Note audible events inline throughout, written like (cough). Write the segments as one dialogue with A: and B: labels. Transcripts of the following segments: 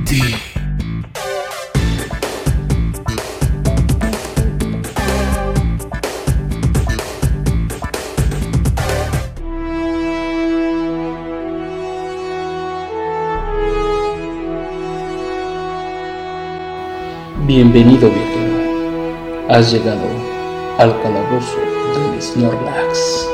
A: TFT.
B: Bienvenido, viajero. Has llegado al calabozo del Snorlax.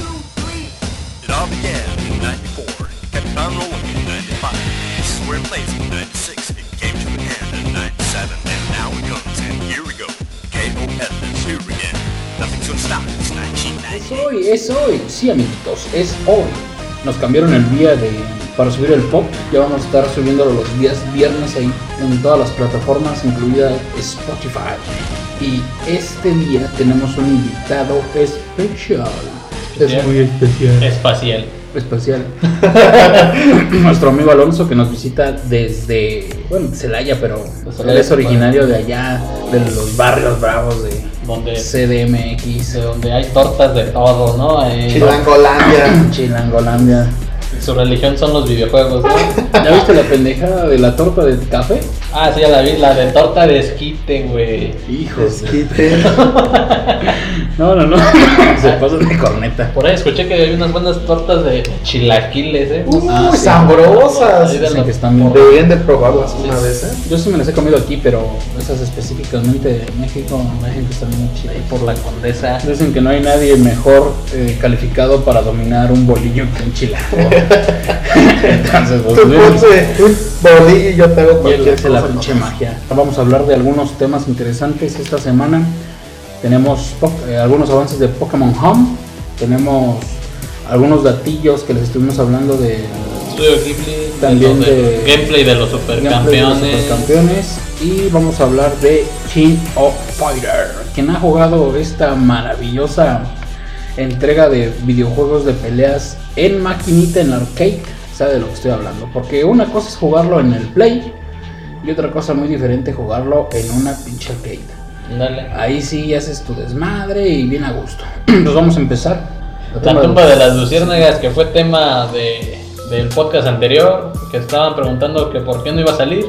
C: It all began in 94. It kept on rolling in 95. Square plays in 96. It came to an end in 97. And now it comes, and here we go. KOF is here again. Nothing's gonna stop us.
B: Es
C: 1998.
B: hoy, es hoy. Sí, amiguitos, es hoy. Nos cambiaron el día de para subir el pop. Ya vamos a estar subiéndolo los días viernes ahí en todas las plataformas, incluida Spotify. Y este día tenemos un invitado especial. Es muy especial.
D: espacial.
B: Especial. Nuestro amigo Alonso que nos visita desde, bueno, Celaya, pero
D: Celaya,
B: él es originario de allá, de los barrios bravos de
D: Donde,
B: CDMX,
D: (laughs) donde hay tortas de todo, ¿no? Eh,
E: Chilangolandia.
B: Chilangolandia.
D: su religión son los videojuegos, (laughs) ¿no?
B: ¿Ya viste la pendejada de la torta de café?
D: Ah, sí, ya la vi, la de torta de esquite, güey.
B: Hijos.
E: Esquite.
B: (laughs) No, no, no. Se pasan de corneta.
D: Por ahí escuché que hay unas buenas tortas de chilaquiles, ¿eh?
E: Uy,
B: Ah, sí.
E: sabrosas.
D: Ahí de
B: Dicen
D: los-
B: que están bien ricas.
E: Deberían de probarlas una vez, ¿eh?
B: Yo sí me las he comido aquí, pero esas específicamente de México, México están bien chidas.
D: Ahí por la condesa.
B: Dicen que no hay nadie mejor eh, calificado para dominar un bolillo que un
E: (laughs)
B: chilango. Entonces,
E: Tú
B: pues,
E: ponte un bolillo y yo te hago
B: Y él
E: cualquier
B: hace la
E: cosa.
B: pinche magia. Vamos a hablar de algunos temas interesantes esta semana. Tenemos po- eh, algunos avances de Pokémon Home. Tenemos algunos datillos que les estuvimos hablando de
D: Estudio Ghibli.
B: También
D: los de-
B: de-
D: Gameplay
B: gameplays
D: de los
B: de los
D: supercampeones.
B: supercampeones. Y vamos a hablar de King of Fighter. Quien ha jugado esta maravillosa entrega de videojuegos de peleas en maquinita, en arcade, sabe de lo que estoy hablando. Porque una cosa es jugarlo en el Play. Y otra cosa muy diferente, jugarlo en una pinche arcade.
D: Dale.
B: Ahí sí haces tu desmadre y bien a gusto. (clears throat) Pues vamos a empezar.
D: La tumba de las luciérnagas, que fue tema de, del podcast anterior, que estaban preguntando que por qué no iba a salir.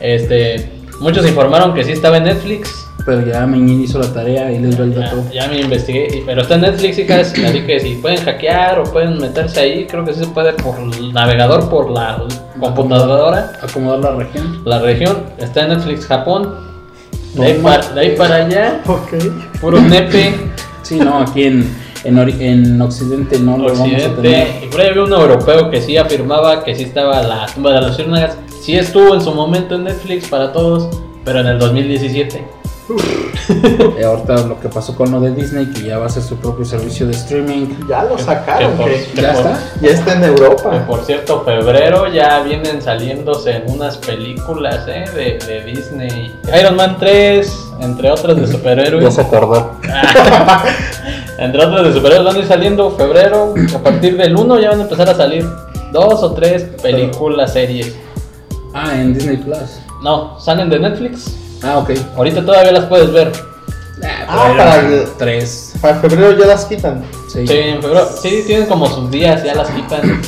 D: Este, muchos informaron que sí estaba en Netflix.
B: Pero ya Meñín hizo la tarea y les doy el
D: Ya,
B: dato.
D: ya me investigué, y- pero está en Netflix, y casi, así que si pueden hackear o pueden meterse ahí, creo que sí se puede por el navegador, por la computadora,
B: Acomodar la región.
D: la región. Está en Netflix Japón. De ahí,
B: No
D: para,
B: manches.
D: de ahí para allá,
E: Ok.
D: puro nepe.
B: Sí, no, aquí en, en, ori- en Occidente no lo vamos a
D: Occidente.
B: tener.
D: Y por ahí había un europeo que sí afirmaba que sí estaba la tumba de las luciérnagas. Sí estuvo en su momento en Netflix para todos, pero en el 2017.
B: Eh, ahorita lo que pasó con lo de Disney, que ya va a ser su propio servicio de streaming.
E: Ya lo sacaron,
D: Que por-
E: que
D: que
B: ¿Ya
D: por-
B: está?
E: ya está en
D: que
E: Europa.
D: por cierto, febrero ya vienen saliéndose en unas películas ¿eh? de, de Disney. Iron Man 3, entre otras de superhéroes.
B: acordó.
D: entre otras de superhéroes van a ir saliendo febrero. A partir del 1 ya van a empezar a salir dos o tres películas, series.
B: Ah, en Disney Plus.
D: No, salen de Netflix.
B: Ah, ok.
D: Ahorita todavía las puedes ver.
E: Ah, para el-
B: Tres.
E: Para febrero ya las quitan.
B: Sí.
D: Sí,
B: sí. (clears throat)
D: en febrero. Sí, tienen como sus días, ya las quitan.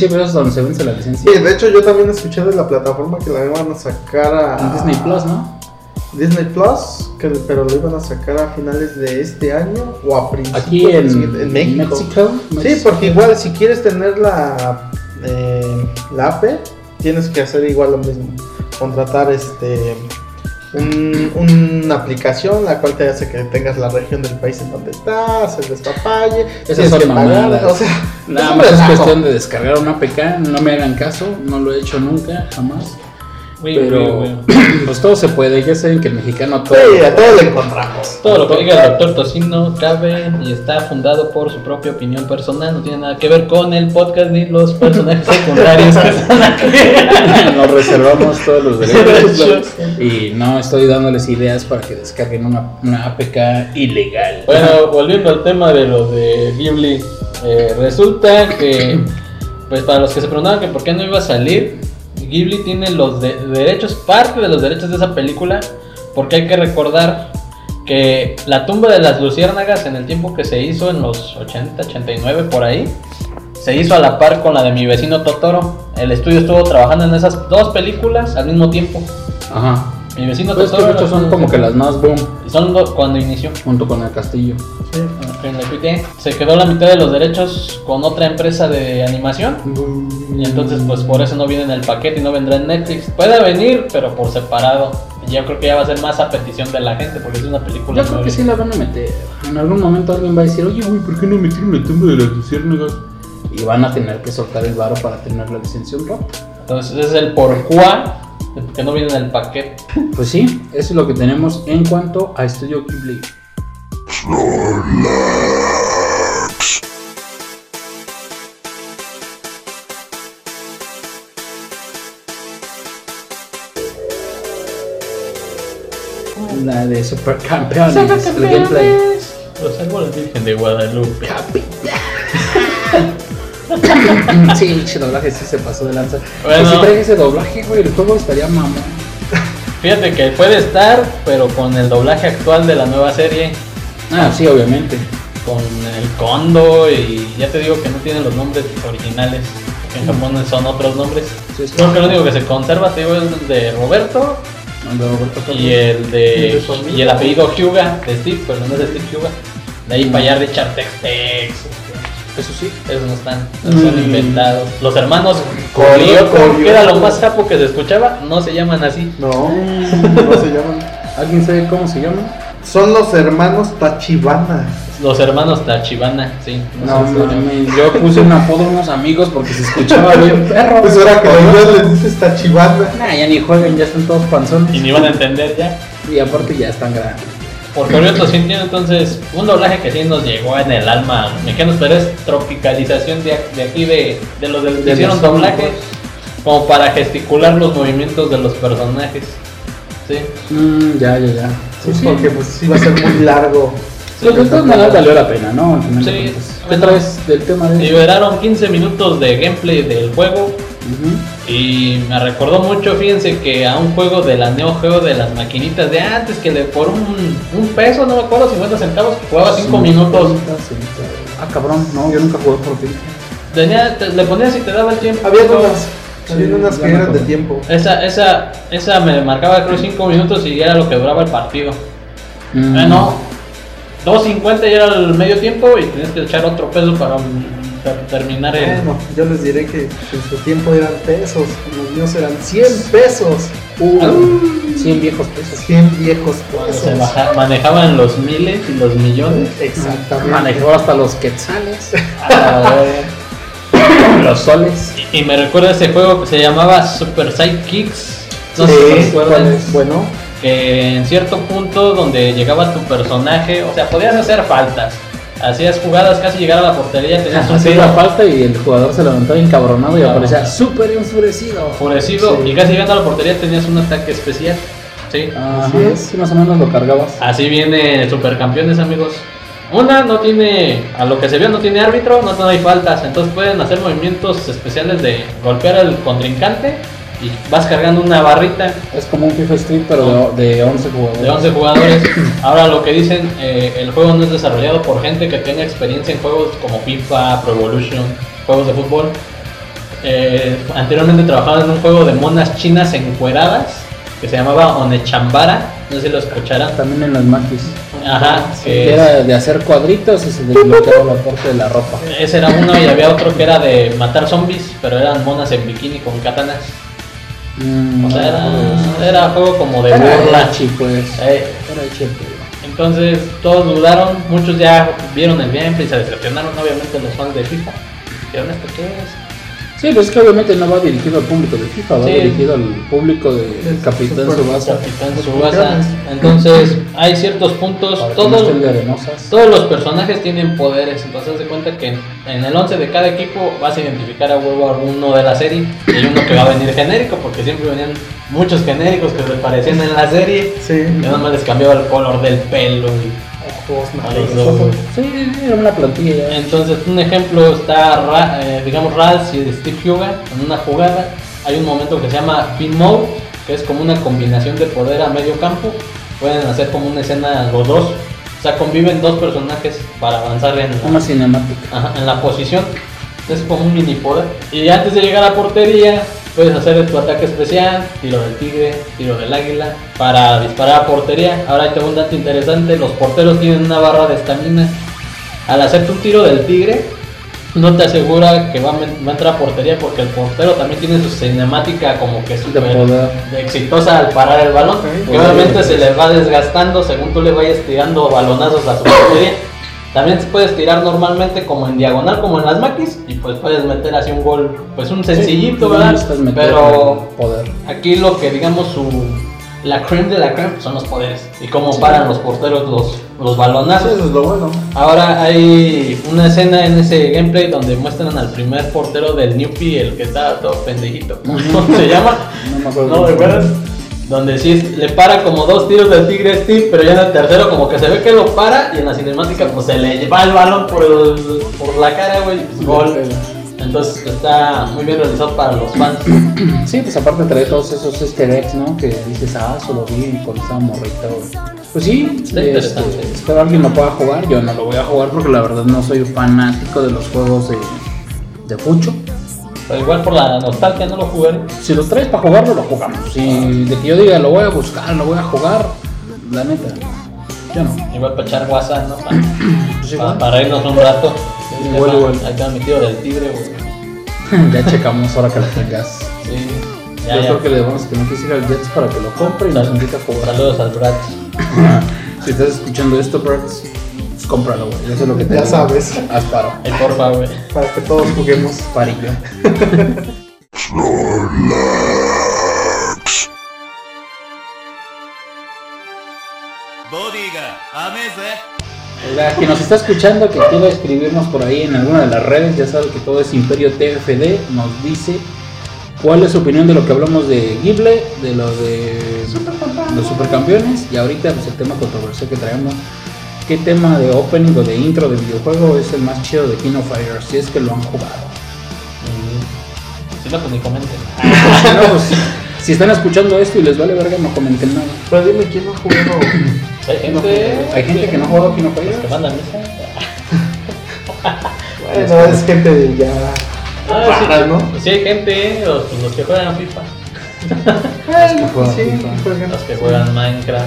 B: pero eso es donde se vence la
E: Sí,
B: licencia.
E: de hecho yo también escuché de la plataforma que la iban a sacar a...
B: En Disney Plus, ¿no?
E: Disney Plus, que, pero lo iban a sacar a finales de este año o a principios
B: Aquí
E: del
B: en,
E: siguiente- en México.
B: Mexico,
E: Sí,
B: Mex-
E: porque igual si quieres tener la, eh, la APE, tienes que hacer igual lo mismo. Contratar este un- una aplicación la cual te hace que tengas la región del país en donde estás, el despapalle, tienes
B: son
E: que pagar,
B: mamadas.
E: o sea, es
B: Nada
E: un
B: más es
E: relajo.
B: cuestión de descargar una APK. No me hagan caso, no lo he hecho nunca, jamás.
D: Uy,
B: pero
D: uy, uy.
B: (clears throat) pues todo se puede. Ya saben que el mexicano todo.
E: Sí, a todo lo encontramos.
D: Todo lo que diga el doctor Tocino cabe y está fundado por su propia opinión personal. No tiene nada que ver con el podcast ni los personajes secundarios que están aquí.
B: (laughs) Nos reservamos todos los derechos.
D: Derechos.
B: y no estoy dándoles ideas para que descarguen una, una APK ilegal.
D: Bueno, volviendo al tema de lo de Ghibli, eh, resulta que Pues para los que se preguntaban que por qué no iba a salir, Ghibli tiene los de- derechos, parte de los derechos de esa película, porque hay que recordar que la tumba de las luciérnagas en el tiempo que se hizo, en los 80, 89 por ahí, se hizo a la par con la de mi vecino Totoro. El estudio estuvo trabajando en esas dos películas al mismo tiempo.
B: Ajá.
D: Mi vecino
B: Pues es que
D: Totoro.
B: muchas son como que las más boom
D: Son lo- cuando inició.
B: junto con el castillo.
E: Sí.
D: en la QT. Se quedó la mitad de los derechos con otra empresa de animación. Y entonces, pues por eso no viene en el paquete y no vendrá en Netflix. Puede venir, pero por separado. Y Yo creo que ya va a ser más a petición de la gente porque es una
B: Yo
D: película
B: creo
D: nueva.
B: que sí la van a meter. En algún momento alguien va a decir, oye, güey, ¿por qué no metieron la tumba de las luciérnagas? Y van a tener que soltar el varo para tener la licencia un rato.
D: Entonces, ese es el por de por qué no viene en el paquete.
B: Pues sí, eso es lo que tenemos en cuanto a Estudio Ghibli. La de Supercampeones, el gameplay. (laughs)
D: Los árboles virgen de Guadalupe.
B: Capitán. sí, ese doblaje sí se pasó de lanza.
D: Bueno.
B: Que si trae ese doblaje, güey, el juego estaría mamón.
D: Fíjate que puede estar, pero con el doblaje actual de la nueva serie.
B: Ah, sí, obviamente.
D: con el Kondo y ya te digo que no tienen los nombres originales. En Japón son otros nombres.
B: Mm. Sí, sí.
D: Creo que lo único que se conserva, te digo, es el de Roberto
B: Cuando Roberto
D: y eh,
B: Carlos-
D: el de
E: de su amigo.
D: y el apellido Hyuga de Steve, pero no es de Steve Hyuga. De ahí para allá de Chartex Tex.
B: Mm. Eso sí.
D: Esos no están, esos son
B: Mm.
D: inventados. Los hermanos
E: Koryo,
D: Koryo, que era
E: Koryo.
D: lo más sapo que se escuchaba, no se llaman así.
E: No,
B: Mm.
E: no se llaman.
B: ¿Alguien sabe cómo se llama?
E: Son los hermanos Tachibana.
D: Los hermanos Tachibana, sí.
B: No,
D: sé si se llaman.
B: mames, yo puse un apodo a unos amigos porque se escuchaba bien perro.
E: Pues ahora que los les dices Tachibana.
B: Nah, ya ni juegan, ya están todos
D: Y
B: panzones.
D: ni van a entender ya.
B: Y aparte ya están grandes.
D: Porque ahorita sí tiene entonces un doblaje que sí nos llegó en el alma mexicanos, pero es tropicalización de, de aquí de, de los del- que
B: De
D: hicieron
B: los
D: doblaje
B: sonidos.
D: como para gesticular los movimientos de los personajes. Sí.
B: Mmm, ya, ya, ya.
E: Sí, porque pues sí va a ser muy largo.
B: Pero de todas maneras valió la pena, ¿no? Al final de
D: Sí.
B: cuentas. ¿Qué traes del tema de
D: Liberaron 15 minutos de gameplay del juego
B: Ujú.
D: y me recordó mucho, fíjense que a un juego de la Neo Geo de las maquinitas de antes que le por un, un peso, no me acuerdo, 50 centavos, jugaba 5 minutos.
B: Ah, cabrón, no, yo nunca jugué por ti.
D: Tenía- te- le ponías y te daba el tiempo.
E: Había
D: Todo.
E: unas, había unas
B: ya
E: que
B: me
E: eran de
B: acordé.
E: tiempo.
D: Esa, esa, esa me marcaba creo 5 minutos y era lo que duraba el partido.
B: Mm.
D: Eh, no, 2.50 y era el medio tiempo y tenías que echar otro peso para, mm, ter- terminar el...
E: Bueno, yo les diré que en su tiempo eran pesos, los míos eran 100 pesos,
B: Uh, 100 viejos pesos.
E: 100 viejos
D: cuando se
E: pesos.
D: baja- manejaban los miles y los millones.
E: Exactamente.
B: Manejó hasta los quetzales,
D: Ah, eh.
B: los soles.
D: y, y me recuerda ese juego que se llamaba Super Sidekicks. No sé si
E: Sí,
D: se acuerdan.
E: ¿cuál es? Bueno,
D: que en cierto punto donde llegaba tu personaje, o sea, podías hacer faltas. Hacías jugadas, casi llegar a la portería, tenías un
B: Hacía
D: tiro
B: la falta y el jugador se levantaba encabronado y
D: Ah.
B: aparecía súper enfurecido.
D: enfurecido
E: Sí.
D: y casi llegando a la portería tenías un ataque especial. Sí.
B: Ajá,
E: Así es.
B: sí, más o menos lo cargabas.
D: Así viene Supercampeones, amigos. Una no tiene, a lo que se vio, no tiene árbitro, no, no hay faltas. Entonces pueden hacer movimientos especiales de golpear al contrincante y vas cargando una barrita
B: Es como un FIFA Street, pero de, de 11 jugadores.
D: de 11 jugadores. Ahora lo que dicen, eh, el juego no es desarrollado por gente que tenga experiencia en juegos como FIFA, Pro Evolution, juegos de fútbol. Eh, anteriormente trabajaba en un juego de monas chinas encueradas que se llamaba Onechambara, no sé si lo escucharán.
B: También en los maquis.
D: Ajá,
B: Que
D: que
B: era de hacer cuadritos y se desbloqueaba la parte de la ropa.
D: ese era uno y había otro que era de matar zombies, pero eran monas en bikini con katanas.
B: Mm,
D: O sea, era, era juego como de
B: Era
D: burla.
B: Echi, pues.
D: Eh,
B: Era Echi, pues.
D: Entonces todos dudaron, muchos ya vieron el gameplay y se decepcionaron obviamente los fans de FIFA. Dijeron esto qué es.
B: Sí, pero es que obviamente no va dirigido al público de FIFA, va
D: Sí.
B: dirigido al público de
E: Del
B: Capitán
E: Super-
B: Subasa.
D: Capitán Tsubasa. Entonces hay ciertos puntos,
B: Para que no
D: todos,
B: estén de arenosas.
D: todos los personajes tienen poderes, entonces se cuenta que en el 11 de cada equipo vas a identificar a huevo a uno de la serie y hay uno que va a venir genérico porque siempre venían muchos genéricos que se parecían en la serie.
E: sí.
D: Yo nada más les cambiaba el color del pelo y
E: Cosma,
D: A los
E: Pegasoft.
D: dos.
B: Sí, era una plantilla ya.
D: Entonces, un ejemplo está, Ra- eh, digamos, Ralph y Steve Huga en una jugada. Hay un momento que se llama pin mode, que es como una combinación de poder a medio campo. Pueden hacer como una escena los dos. O sea, conviven dos personajes para avanzar en la,
B: Una cinemática.
D: ajá, en la posición. Es como un mini poder. Y antes de llegar a portería, puedes hacer tu ataque especial, tiro del tigre, tiro del águila, para disparar a portería. Ahora ahí te tengo un dato interesante, los porteros tienen una barra de estamina. Al hacer tu tiro del tigre, no te asegura que va a, men- va a entrar a portería porque el portero también tiene su cinemática como que súper
B: poder.
D: exitosa al parar el balón.
E: Ok.
D: Que obviamente se les va desgastando según tú le vayas tirando balonazos a su portería. También te puedes tirar normalmente como en diagonal, como en las maquis, y pues puedes meter así un gol, pues un sencillito,
B: Sí,
D: ¿verdad?
B: necesitas meter
D: Pero
B: Poder.
D: aquí lo que digamos su la creme de la creme son los poderes y cómo paran los porteros los, los
E: Sí,
D: balonazos.
E: eso es lo bueno.
D: Ahora hay una escena en ese gameplay donde muestran al primer portero del Newpie, el que está todo pendejito.
B: (laughs)
D: ¿Cómo se llama?
B: No me acuerdo.
D: ¿No recuerdas? Donde sí es- le para como dos tiros del Tigre a Steve, pero ya en el tercero como que se ve que lo para y en la cinemática pues se le va el balón por, el- por la cara, güey, y pues, gol. Entonces está muy bien realizado para los
B: (coughs)
D: fans.
B: Sí, pues aparte trae todos esos easter eggs, ¿no? Que dices, ah, solo vi cuando estaba morrito. Pues sí,
D: Está
B: este,
D: interesante.
B: espero alguien lo pueda jugar. Yo no lo voy a jugar porque la verdad no soy fanático de los juegos de, de fucho.
D: Pero igual por la nostalgia no lo jugaré.
B: Si lo traes para jugarlo, lo jugamos. Si de que yo diga, lo voy a buscar, lo voy a jugar, la neta, yo no.
D: Igual para echar guasa,
B: (coughs)
D: ¿no? Pa-
B: Pues
D: pa-
B: igual.
D: para irnos un rato.
B: Igual,
D: Ahí
B: igual.
D: está- Ahí está mi tiro del Tigre,
B: (laughs)
D: güey.
B: ya checamos ahora que lo tengas.
D: Sí.
B: yo
D: Ya, ya.
B: creo que le debemos que no quisiera al Jets para que lo compre y nos invite a jugar.
D: Saludos al Bratz.
B: si estás escuchando esto, Brax, pues cómpralo, güey. Eso es lo que te
E: Ya
B: digo.
E: sabes.
B: Haz paro.
D: Ay, porfa, güey.
E: Para que todos juguemos.
B: Parillo. La que nos está escuchando, que quiera escribirnos por ahí en alguna de las redes, ya sabe que todo es Imperio TFD, nos dice cuál es su opinión de lo que hablamos de Ghibli, de lo de los supercampeones y ahorita pues, el tema controversial que traemos. ¿Qué tema de opening o de intro de videojuego es el más chido de King of Fighters? Si es que lo han jugado.
D: Si no, pues ni comenten.
B: No, pues, si están escuchando esto y les vale verga, no comenten nada.
E: Pero dime quién no ha jugado.
D: pues, Hay gente,
B: Hay gente que no ha jugado King of
D: Los Pues que
B: Fighters.
D: mandan misa.
E: Bueno, es gente ya.
D: Ah, sí,
E: Rara, ¿no?
D: Sí, hay gente, los, pues, los que juegan FIFA,
E: Bueno,
B: juegan
E: sí,
B: FIFA.
E: juegan.
D: los que juegan Minecraft,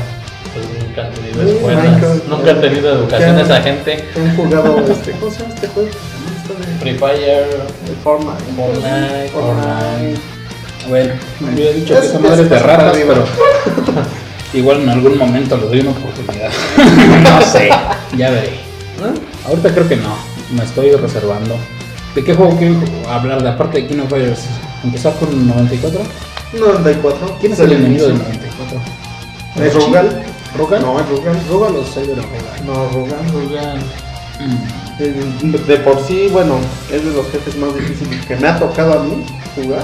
D: pues nunca han tenido
E: Sí,
D: escuelas,
E: Minecraft.
D: nunca han tenido educación
E: Ya.
D: esa gente.
E: Han jugado este. ¿Cómo se llama este juego? Esto de-
D: Free Fire,
E: de Fortnite.
D: Fortnite,
E: Fortnite.
B: Bueno, me hubiera dicho que
E: Es-
B: esa madre
E: es-
B: es de
E: es
B: raras,
E: arriba.
B: pero (laughs) igual en algún momento le doy una oportunidad. (laughs) no sé, ya veré. Ahorita creo que no, me estoy reservando. ¿De qué juego quiero hablar? De aparte de King of Fighters, empezar con el 94.
E: 94.
B: ¿Quién es el enemigo del 94?
E: ¿Es Rugal?
B: ¿Rugal?
E: No, es Rugal.
B: Rugal o Cyber Rugal.
E: No, Rugal.
D: Fortnite.
B: Mm,
E: De, de por sí, bueno, es de los jefes más difíciles que me ha tocado a mí jugar.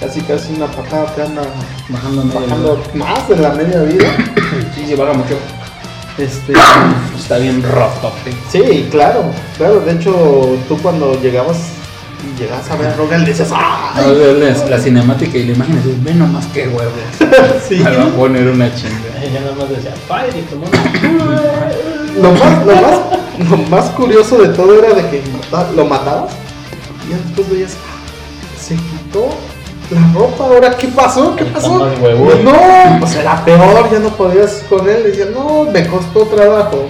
E: Casi, casi una patada te anda
B: Bajando medio.
E: bajando más de la media vida.
B: Sí, sí, baja mucho.
E: Este,
B: (clears throat) Está bien roto. sí.
E: sí, claro, claro. De hecho, tú cuando llegabas y llegabas a ver a Rogal, decías,
B: A
E: ¡ah!
B: ver, La, la cinemática y la imagen es, ve nomás qué huevos.
E: Sí.
B: Me va a poner una chinga.
D: Ella nada más decía, Fire y tu mono".
E: Lo más, lo más, lo más curioso de todo era de que mata- lo matabas y ya después veías, "Ah, se quitó la ropa, ahora qué pasó, qué
D: Está
E: pasó.
D: más huevón.
E: No, pues era peor, ya no podías con él. Decía, no, me costó trabajo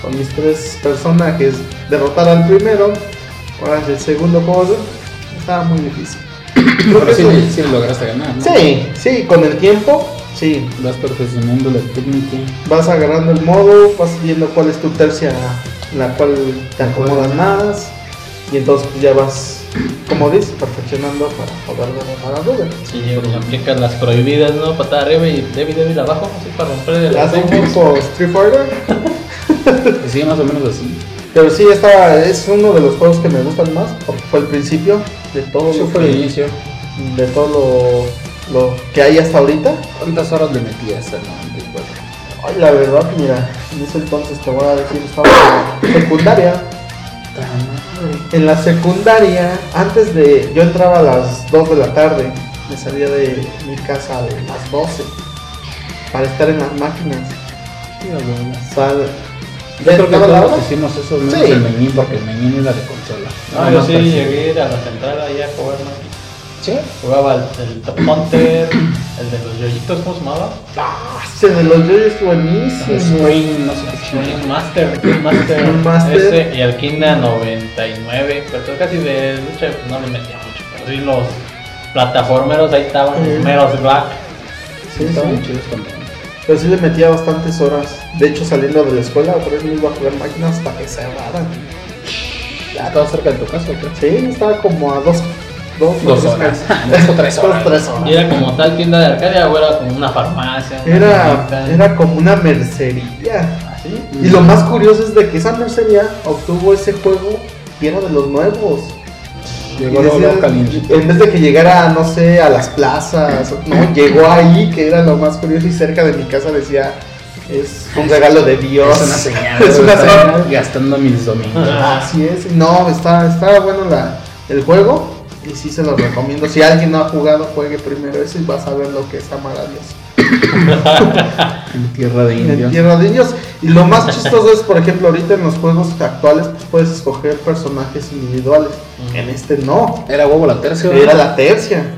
E: con mis tres personajes derrotar al primero, ahora el segundo, ¿cómo hacer? Estaba muy difícil. Creo
B: Pero
E: que
B: sí,
E: eso-
B: sí lograste ganar, ¿no?
E: sí, sí, con el tiempo, sí,
B: Vas perfeccionando la técnica.
E: vas agarrando el modo, vas viendo cuál es tu tercia, la cual te acomodas más, y entonces pues, ya vas, (clears throat) como dices, perfeccionando para poder derrotar a Ruben.
D: Sí, le aplicas las prohibidas, ¿no? Patada arriba y débil, débil abajo, así para romper el
E: Hace un poco Street Fighter,
B: Sí, más o menos así.
E: pero sí, esta es uno de los juegos que me gustan más, porque fue el principio de todo
B: Eso
E: lo
B: fue el
E: que,
B: inicio.
E: de todo lo, lo que hay hasta ahorita.
B: ¿Cuántas horas le metías al 94?
E: Ay, la verdad, mira, En ese entonces te voy a decir, estaba en la secundaria.
B: Puta madre.
E: En la secundaria, antes de. Yo entraba a las 2 de la tarde. Me salía de mi casa a las 12 para estar en las máquinas.
B: Tío, güey.
E: Sal.
B: Yo creo que
E: ¿Entraba la
B: todos
E: hora?
B: hicimos eso, menos
E: Sí.
B: el Meñín, porque el Meñín era de consola.
D: No,
B: Nada
D: Ah, yo
B: más
D: sí
B: persigue.
D: llegué a ir a la central ahí a jugar máquina.
E: ¿Sí?
D: Jugaba el, el Top Hunter, el de los yoyitos, ¿cómo se llamaba?
E: Ah, ese de los yoyos
B: Ah,
E: buenísimo.
B: Spring, no sé qué chingada.
D: King Master, King Master,
E: King Master.
D: Ese, y el Kinda 99, pero casi de lucha pues, no le metía mucho, pero sí los plataformeros ahí estaban, los
E: Sí.
D: meros black.
E: Sí,
B: Estaban
E: sí.
B: chidos también.
E: Pero sí le metía bastantes horas. De hecho, saliendo de la escuela, otra vez me iba a jugar máquinas hasta que cerraran.
B: ¿Estaba cerca de tu casa o qué?
E: Sí, estaba como a dos, dos, o
B: Dos
E: tres
B: horas. (laughs)
E: calles.
B: Dos o tres horas.
E: Dos, tres horas.
D: Y era como tal tienda de arcadia o era como una farmacia. una
E: Era,
D: tiendita.
E: era como una mercería.
D: así.
E: Y lo más curioso es de que esa mercería obtuvo ese juego y era de los nuevos.
B: Llegó
E: Y
B: luego,
E: decía-
B: luego caliente.
E: en vez de que llegara, no sé, a las plazas, no, llegó ahí, que era lo más curioso, y cerca de mi casa decía, es un regalo de Dios.
B: Es una señal.
E: (laughs) Es una
B: estaba
E: señal.
B: Gastando mis domingos.
E: Así es, y no, está, está bueno la, el juego y sí se lo recomiendo. Si alguien no ha jugado, juegue primero eso y vas a ver lo que es amar a Dios.
B: En tierra de
E: En
B: indios.
E: Tierra de Dios. Y lo más chistoso es, por ejemplo, ahorita en los juegos actuales pues, puedes escoger personajes individuales. En este no,
B: Era huevo la tercia.
E: era la tercia.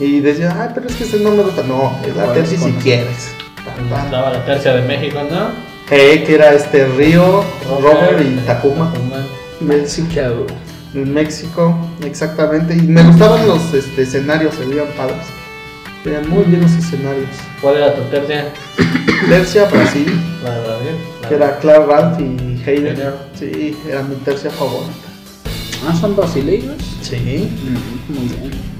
E: Y decía, ay, pero es que este no me gusta. No, es la
B: Juegas
E: tercia si
B: con-
E: quieres. Tan, tan.
D: Estaba la tercia de México, ¿no?
E: Eh, que era este Río, Robert y Takuma.
B: Mexiqueado.
E: En México, exactamente. Y me gustaban los este, escenarios, se veían padres. Se veían muy bien los escenarios.
D: ¿Cuál era tu tercia?
E: Tercia Brasil,
D: La de Brasil. la
E: que
D: de-
E: era Clark Ralph y Hayden.
D: Hayden.
E: Sí, era mi tercia favorita.
B: Ah, son brasileños.
E: Sí.
B: Mm, Muy bien.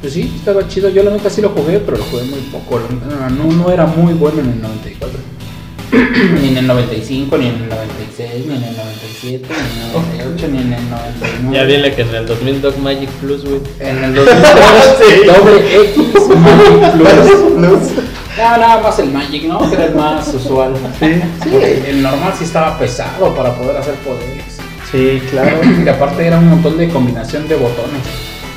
B: Pues sí, estaba chido. Yo la neta sí lo jugué, pero lo jugué muy poco. No, no, no era muy bueno en el 94. (clears throat) ni en el 95, ni en el 96, ni en el 97, ni en el 98, ni en el 99.
D: Ya dile que en el 2000 Dog Magic Plus, güey.
B: En el 2003,
E: Sí.
B: doble X, Magic Plus.
E: Plus.
B: No, nada más el Magic, ¿no? Que era el más usual.
E: Sí.
B: Porque El normal sí estaba pesado para poder hacer poderes.
E: Sí, claro.
B: Y aparte era un montón de combinación de botones.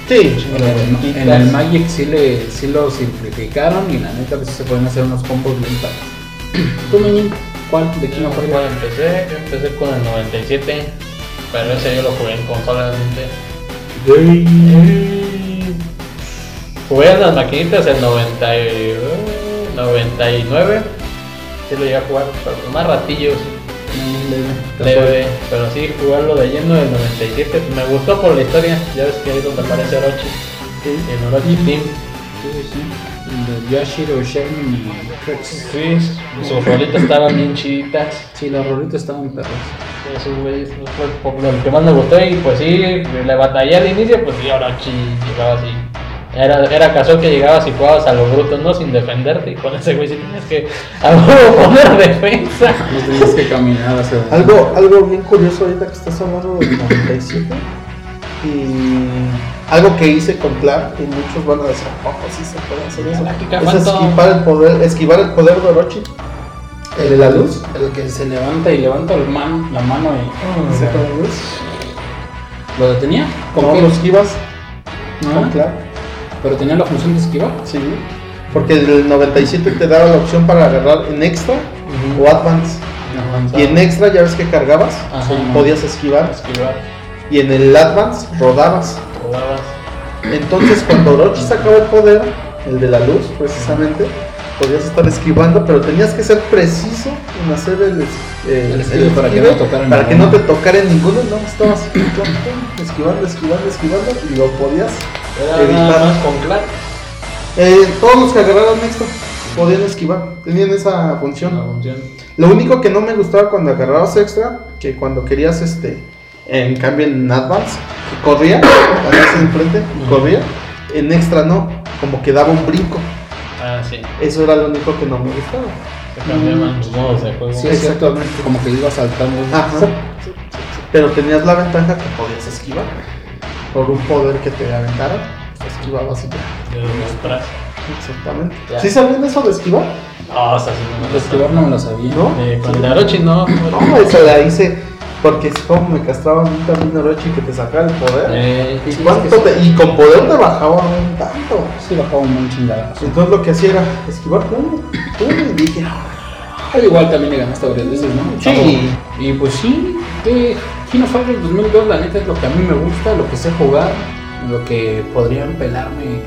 E: Sí.
B: En el, en el Magic sí, le, sí lo simplificaron y la neta sí se pueden hacer unos combos bien padres. (clears throat) ¿Tú, Meñín? ¿Cuál? ¿De quién
D: Yo
B: lo
D: cuando
B: juegas?
D: empecé, yo empecé con el 97, pero ese yo lo jugué en consola realmente. Jugué en las maquinitas el 90, y- uh, 99, sí lo llegué a jugar, pero con más ratillos, leve, pero sí jugarlo de lleno del 97, me gustó por la historia, ya ves que ahí es donde aparece Orochi, el Orochi Team.
B: El de Yashiro, Sherman y Chris.
D: Sí, sus rolitas estaban bien chiditas.
B: Sí, los rolitos estaban perros.
D: Eso, güey, eso pues, fue por lo que más me gustó y pues sí, le batallé al inicio, pues sí, ahora sí, llegaba así. Era, era casual que llegabas y jugabas a los brutos, ¿no? Sin defenderte y con ese güey sí tienes que (laughs) a huevo poner defensa.
B: No tenías que caminar hacia
E: Algo, algo bien curioso ahorita que estás hablando del 97 y algo que hice con Clark y muchos van a decir, ojo, sí se puede hacer eso.
D: Galáctica
E: Es
D: Phantom.
E: esquivar el poder, esquivar el poder de Orochi. El de la luz.
B: El que se levanta y levanta el man- la mano y.
E: ¿Se con la luz?
B: ¿Lo detenía? ¿Con
E: ¿Cómo
B: qué?
E: lo esquivas? pues, Con
B: Ah,
E: Clark.
B: Pero tenía la función de esquivar.
E: Sí. Porque el 97 te daba la opción para agarrar en extra o advance. Y en extra ya ves que cargabas,
D: Ajá.
E: podías esquivar.
D: Esquivar,
E: Y en el advance rodabas.
D: jugabas.
E: Entonces cuando Orochi sacaba el poder, el de la luz precisamente, podías estar esquivando, pero tenías que ser preciso en hacer el, es- eh,
B: El esquive para que
E: esquive,
B: no tocaran
E: para que
B: ninguno.
E: no te tocara en ninguno, no estabas pum, pum, esquivando, esquivando, esquivando y lo podías
D: Era
E: evitar.
D: nada más con Clark.
E: Eh, todos los que agarraron extra podían esquivar, tenían esa función. Lo único que no me gustaba cuando agarrabas extra, que cuando querías este, en cambio en advance, que corría, agarrabas enfrente,
D: Ujú.
E: corría, en extra no, como que daba un brinco.
D: Ah, sí,
E: Eso era lo único que no me gustaba.
D: se cambiaban los modos de juego.
B: Sí, exactamente. Como que iba saltando.
E: Ajá. Pero tenías la ventaja que podías esquivar. Por un poder que te aventara, esquivabas y ya.
D: De los brazos.
E: Exactamente.
D: Ya.
E: ¿Sí sabían eso de esquivar?
D: No, Ah, o sea, sí, no,
B: De esquivar no me lo sabía.
E: ¿No?
D: Eh, con el Orochi (laughs) no.
E: No, esa la hice porque es como me castraban un camino Orochi que te sacaba el poder.
D: Eh,
E: ¿Y,
B: sí,
E: cuánto
B: es que
E: te- y con poder te bajaban un tanto.
B: Sí, bajaba un buen chingadazo.
E: Entonces lo que hacía era esquivar pum, pum, y dije, "Ah,
B: Al igual también le ganaste varias veces, ¿no?
E: Sí.
B: Y pues sí, que Kino Fighters 2002 la neta es lo que a mí me gusta, lo que sé jugar, lo que podrían pelarme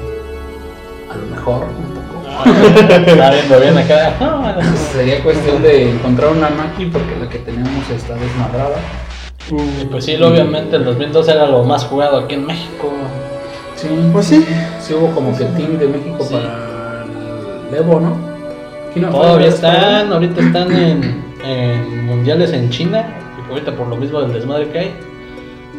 B: a lo mejor un poco.
D: (laughs) está viendo bien acá. Ah, No, no.
B: Sería cuestión de encontrar una máquina porque la que tenemos está desmadrada.
D: Y Pues sí, obviamente el 2012 era lo más jugado aquí en México.
B: Sí,
E: Pues sí.
B: sí hubo como que team de México
D: Sí.
B: para el Evo, ¿no? Kino
D: Todavía
B: Fighters,
D: están, ahorita están en, en mundiales en China. Y ahorita por lo mismo del desmadre que hay,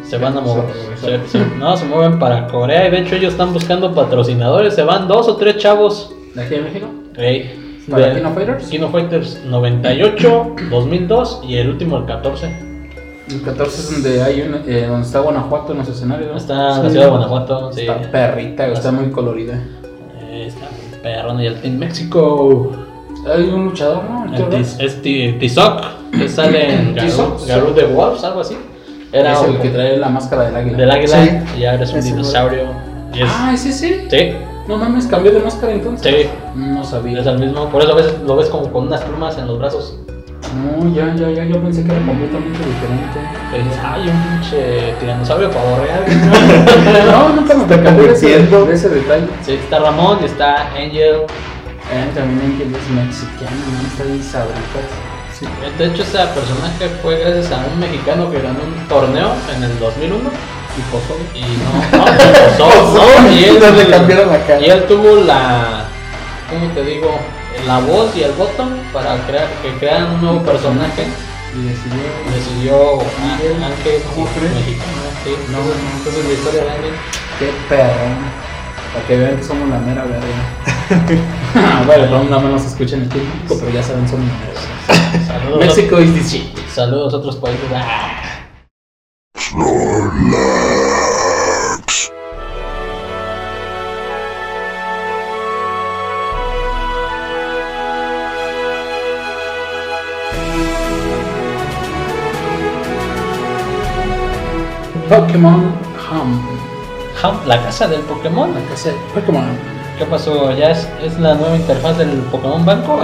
D: se van a mover. se- se- no, se mueven para Corea. Y de hecho, ellos están buscando patrocinadores. Se van dos o tres chavos.
B: ¿De aquí de México?
D: Ey,
B: ¿Para
D: de-
B: Kino Fighters?
D: Kino Fighters 98, 2002 y el último el 14.
B: El 14 es donde hay un, eh, donde está Guanajuato en los escenarios. ¿no?
D: Está en la
B: Sí.
D: ciudad de Guanajuato. Sí.
B: Está perrita, güey, está muy colorida.
D: Eh, está perrón y el Team México.
B: México. Hay un luchador, ¿no? ¿El
D: El
B: que
D: Tis- Es Ti- Tizoc, que sale en
B: Tizoc.
D: Garou Garou de Wolves, algo así. Era
B: es el
D: un-
B: que trae la máscara del águila.
D: del águila
E: Sí.
D: y ahora es un
E: Ese güey.
D: dinosaurio. Y es,
B: Ah, ¿es ese?
D: sí,
B: No mames, cambió de máscara entonces.
D: sí,
B: No sabía.
D: es el mismo. Por eso a veces lo ves como con unas plumas en los brazos.
B: No, ya, ya, ya, yo pensé que era completamente diferente.
D: (laughs) Y dices, ay, un pinche tiranosaurio pavo real.
E: (laughs)
B: no, nunca me percaté de ese,
E: convirtiendo.
B: de ese detalle.
D: sí, está Ramón y está Angel.
B: Eh, también hay que es mexicano, ¿no? Está bien sabritas.
E: Sí.
D: De hecho, ese personaje fue gracias a un mexicano que ganó un torneo en el 2001.
B: Y pozo.
D: Y no, no, pues,
E: (laughs)
D: no, no, y él,
E: No le cambiaron la cara.
D: y él tuvo la, ¿cómo te digo? La voz y el botón para crear, que crearan un nuevo personaje.
B: Y decidió.
D: Decidió ah, Ángel
B: ¿Cómo
D: y-
B: crees?
D: mexicano, sí.
B: No,
D: entonces,
B: no.
D: entonces la historia de Ángel.
B: Qué perro. Para que vean que somos la mera verga. (laughs) vale, pero nada más nos escuchan aquí en México, pero ya saben, somos la mera verga.
D: Saludos,
B: México is the shit.
D: saludos a otros países. Ah,
B: Pokémon Hum.
D: Ham- la casa del Pokémon.
B: La casa de Pokémon.
D: ¿Qué pasó? ¿Ya es, es la nueva interfaz del Pokémon Banco?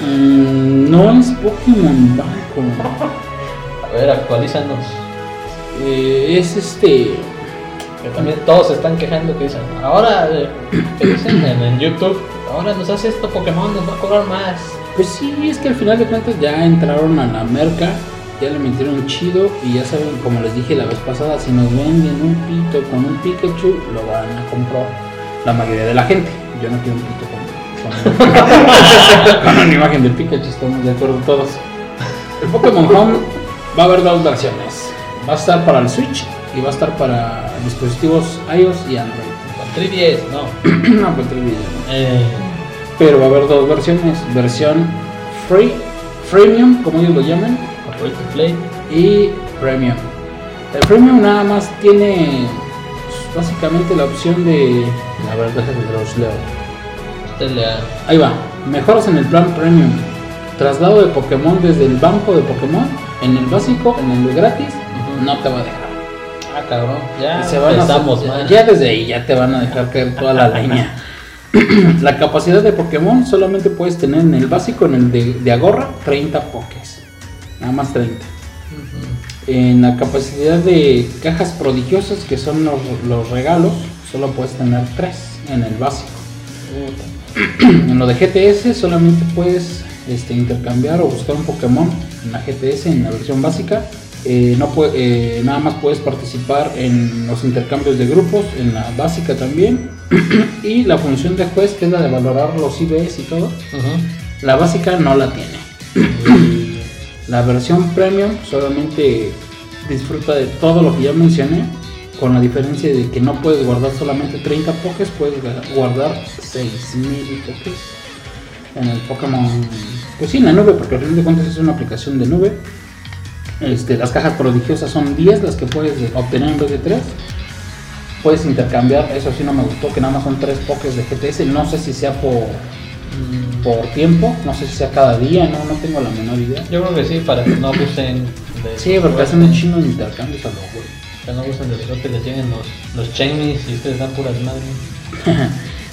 B: Mm, no es Pokémon Banco.
D: A ver, actualízanos.
B: Eh, es este.
D: Que también todos se están quejando que dicen, ahora, eh, que dicen en, en YouTube, ahora nos hace esto Pokémon, nos va a cobrar más.
B: Pues sí, es que al final de cuentas ya entraron a la merca. Ya le metieron chido y ya saben, como les dije la vez pasada, si nos venden un pito con un Pikachu, lo van a comprar la mayoría de la gente. Yo no quiero un pito con, (laughs) con- con una imagen de Pikachu, estamos de acuerdo todos. El Pokémon Home va a haber dos versiones. Va a estar para el Switch y va a estar para dispositivos iOS y Android. (clears throat)
D: Con 3DS, no.
B: no, pues, tres videos.
D: Eh,
B: Pero va a haber dos versiones, versión free, freemium, como ellos lo llaman,
D: con Free to Play.
B: y premium. El premium nada más tiene pues, básicamente la opción de... A ver, déjenme los leo.
D: Este la-
B: Ahí va, mejoras en el plan premium. Traslado de Pokémon desde el banco de Pokémon, en el básico, en el gratis, no te va a dejar.
D: Ah, cabrón, ya
B: Y se van a-
D: empezamos
B: ya-
D: mal.
B: Ya desde ahí ya te van a dejar caer toda la línea. (clears throat) la capacidad de Pokémon solamente puedes tener en el básico, en el de, de Agorra, 30 Pokés. Nada más 30. En la capacidad de cajas prodigiosas, que son los, los regalos, solo puedes tener 3 en el básico. (clears throat) en lo de GTS solamente puedes este, intercambiar o buscar un Pokémon en la GTS, en la versión básica. Eh, no pue- eh, nada más puedes participar en los intercambios de grupos, en la básica también. (clears throat) y la función de juez, que es la de valorar los IBs y todo,
D: Ujú.
B: la básica no la tiene. (clears throat) la versión premium solamente disfruta de todo lo que ya mencioné, con la diferencia de que no puedes guardar solamente 30 pokés, puedes ga- guardar 6000 pokés en el Pokémon. Pues sí, en la nube, porque al final de cuentas es una aplicación de nube. Este, las cajas prodigiosas son 10 las que puedes obtener en vez de 3. Puedes intercambiar, eso sí no me gustó, que nada más son tres pokés de GTS. No sé si sea por, por tiempo, no sé si sea cada día, no, no tengo la menor idea.
D: Yo creo que sí, para que no abusen de.
B: Sí, porque hacen un chino de intercambios a los güey.
D: Que no abusen de lo que les lleguen los, los Chinese y ustedes dan puras madres.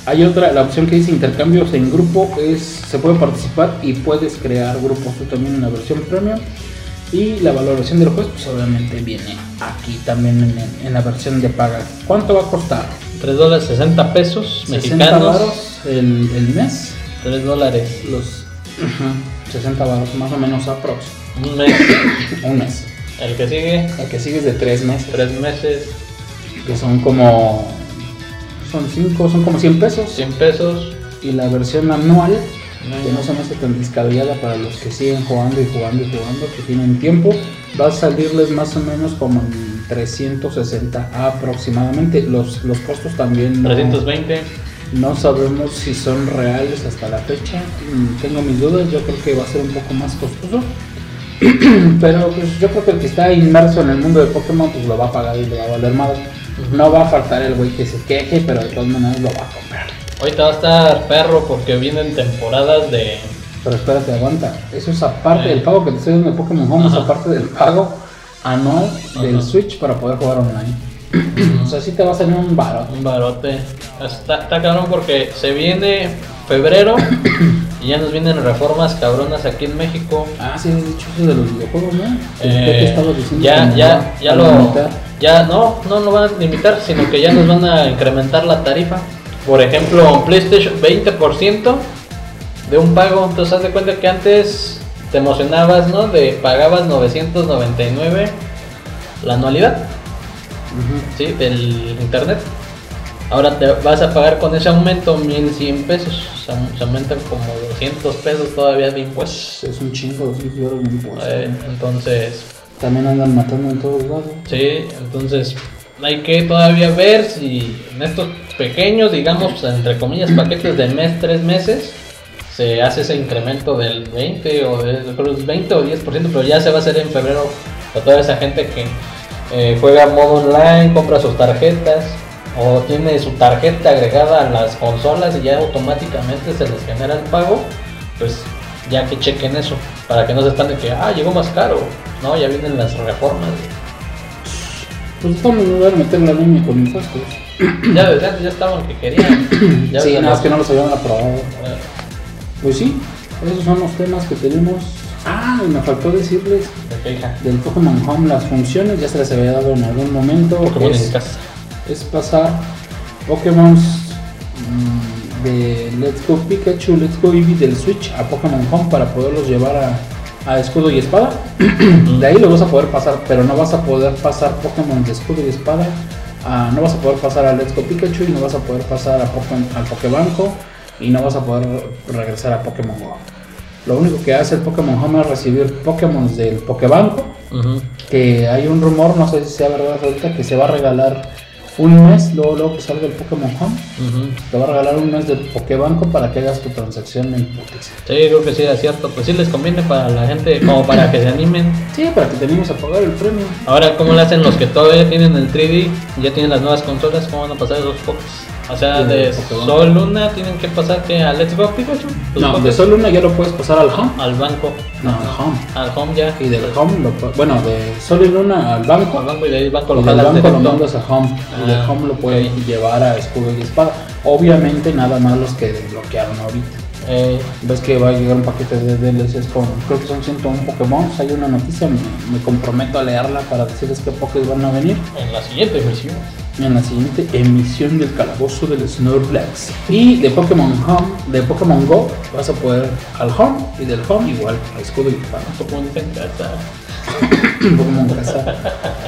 B: Hay otra, la opción que dice intercambios en grupo es se puede participar y puedes crear grupos tú también en la versión premium. Y la valoración del juez, pues obviamente viene aquí también en, en- en la versión de paga. ¿Cuánto va a costar?
D: 3 dólares 60 pesos
B: 60
D: mexicanos.
B: varos el, el mes,
D: 3 dólares
B: los ujú, 60 varos más o menos aprox.
D: un mes.
B: Un mes.
D: El que sigue,
B: El que sigue es de 3 meses,
D: 3 meses,
B: que son como son 5, son como 100 pesos.
D: 100 pesos.
B: Y la versión anual que no
D: No,
B: se me hace tan descabellada para los que siguen jugando y jugando y jugando, que tienen tiempo, va a salirles más o menos como en 360 aproximadamente. Los, los costos también no,
D: 320.
B: no sabemos si son reales hasta la fecha. Mm, Tengo mis dudas, yo creo que va a ser un poco más costoso. (clears throat) Pero pues yo creo que el que está inmerso en el mundo de Pokémon pues lo va a pagar y le va a valer madre. No va a faltar el güey que se queje, pero de todas maneras lo va a comprar.
D: Ahorita va a estar perro porque vienen temporadas de.
B: (coughs) Pero espérate, aguanta. Eso es aparte
D: Sí.
B: del pago que te estoy dando de Pokémon Home, es
D: Ajá.
B: aparte del pago anual del
D: Ajá.
B: Switch para poder jugar online. o sea, sí te va a salir un barato.
D: Un barote. Está, está cabrón porque se viene febrero y ya nos vienen reformas cabronas aquí en México.
B: Ah, sí, habías dicho eso de los videojuegos, ¿no? Que yo te
D: Eh,
B: estaba diciendo que
D: ya,
B: me
D: ya,
B: iba
D: ya
B: a
D: lo.
B: limitar.
D: Ya, no, no lo van a limitar, sino que ya nos van a incrementar la tarifa. Por ejemplo, PlayStation 20% de un pago. Entonces, haz de cuenta que antes te emocionabas, ¿no? De pagabas 999 la anualidad,
B: Ujú.
D: ¿sí? Del internet. Ahora te vas a pagar con ese aumento 1100 pesos. O sea, se aumentan como 200 pesos todavía de impuestos.
B: Es un chingo, dos mil dólares muy por
D: Eh, entonces,
B: También andan matando en todos lados.
D: Sí, entonces hay que todavía ver si en estos pequeños, digamos, entre comillas, paquetes de mes, tres meses, se hace ese incremento del 20 o del creo que es 20 o 10%, pero ya se va a hacer en febrero para toda esa gente que eh, juega modo online, compra sus tarjetas o tiene su tarjeta agregada a las consolas y ya automáticamente se les genera el pago, pues ya que chequen eso, para que no se están de que, ah, llegó más caro, no, ya vienen las reformas.
B: Pues estamos en lugar de meter la línea con mis costos.
D: Ya desde antes ya estaban los que querían. Ya
B: Sí,
D: desde
B: nada más
D: los-
B: que no los habían aprobado.
D: Eh,
B: Pues sí, esos son los temas que tenemos. Ah, y me faltó decirles
D: de que hija,
B: del Pokémon Home las funciones, ya se las había dado en algún momento.
D: Pokémon
B: es,
D: en casa.
B: es pasar Pokémon mm, de Let's Go Pikachu, Let's Go Eevee del Switch a Pokémon Home para poderlos llevar a, a escudo y espada. (clears throat) de ahí lo vas a poder pasar, pero no vas a poder pasar Pokémon de escudo y espada. a- no vas a poder pasar a Let's Go Pikachu y no vas a poder pasar a Pokémon, al Pokébanco y no vas a poder regresar a Pokémon Go. Lo único que hace el Pokémon Home es recibir Pokémon del Pokébanco
D: Ujú.
B: que hay un rumor, no sé si sea verdad ahorita, que se va a regalar un mes, luego, luego que salga el Pokémon Home,
D: Ujú.
B: te va a regalar un mes de Pokébanco para que hagas tu transacción en Pokédex.
D: Sí, creo que sí era cierto. Pues sí les conviene para la gente, como para que se animen.
B: Sí, para que tenemos a pagar el premio.
D: Ahora, ¿cómo le hacen los que todavía tienen el 3D? Ya tienen las nuevas consolas, ¿cómo van a pasar esos Pokés? O sea,
B: Sí,
D: de
B: Pokémon.
D: Sol Luna tienen que pasar que a Let's Go Pikachu. Los
B: No,
D: Pokés
B: Pues, de solo una ya lo puedes pasar al Home.
D: Al banco.
B: No, al Home.
D: Al home ya.
B: Y del Home, lo pu- bueno, de solo en una al
D: Al
B: banco.
D: banco y de ahí banco
B: Y
D: lo
B: del
D: jalas
B: banco lo
D: directo.
B: mandas a Home. Y del
D: Ah,
B: Home lo puedes llevar a Escudo y Espada. Obviamente nada más los que desbloquearon ahorita.
D: Eh,
B: Ves que va a llegar un paquete de DLCs con, creo que son 101 Pokémon. Pues Hay una noticia, me, me comprometo a leerla para decirles qué Pokés van a venir
D: en la siguiente versión.
B: en la siguiente emisión del Calabozo del Snorlax. Y de Pokémon Home, de Pokémon Go, vas a poder al Home y del Home igual a Escudo y Espada.
D: Pokémon en casa.
B: Pokémon Grasa.